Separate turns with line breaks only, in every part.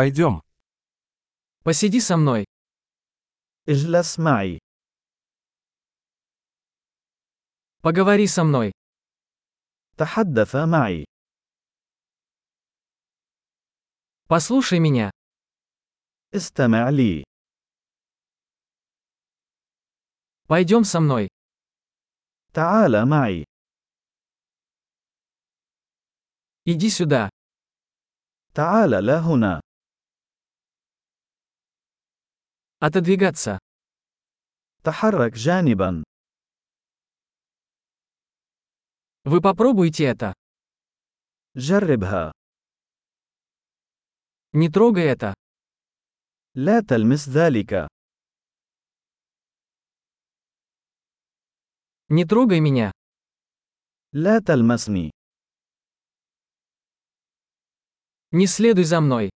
Пойдем.
Посиди со мной.
اجلس معي.
Поговори со мной.
تحدث معي.
Послушай меня.
استمع لي.
Пойдем со мной.
تعال معي.
Иди сюда.
تعال لا هنا.
Отодвигаться.
تحرك جانبا.
Вы попробуйте это.
جربها.
Не трогай это.
لا تلمس ذلك.
Не трогай меня.
لا تلمسني.
Не следуй за мной.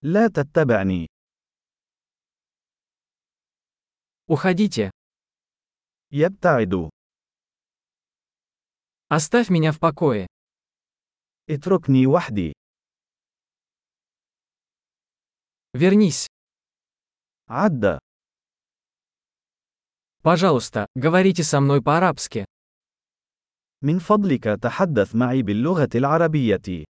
لا تتبعني.
Уходите.
يبتعد.
Оставь меня в покое.
اتركني وحدي.
Вернись.
عد.
Пожалуйста, говорите со мной по-арабски.
من فضلك تحدث معي باللغة العربية.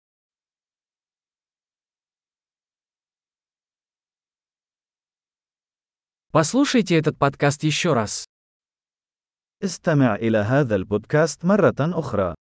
Послушайте этот подкаст еще раз.
استمع إلى هذا البودكاست مرة أخرى.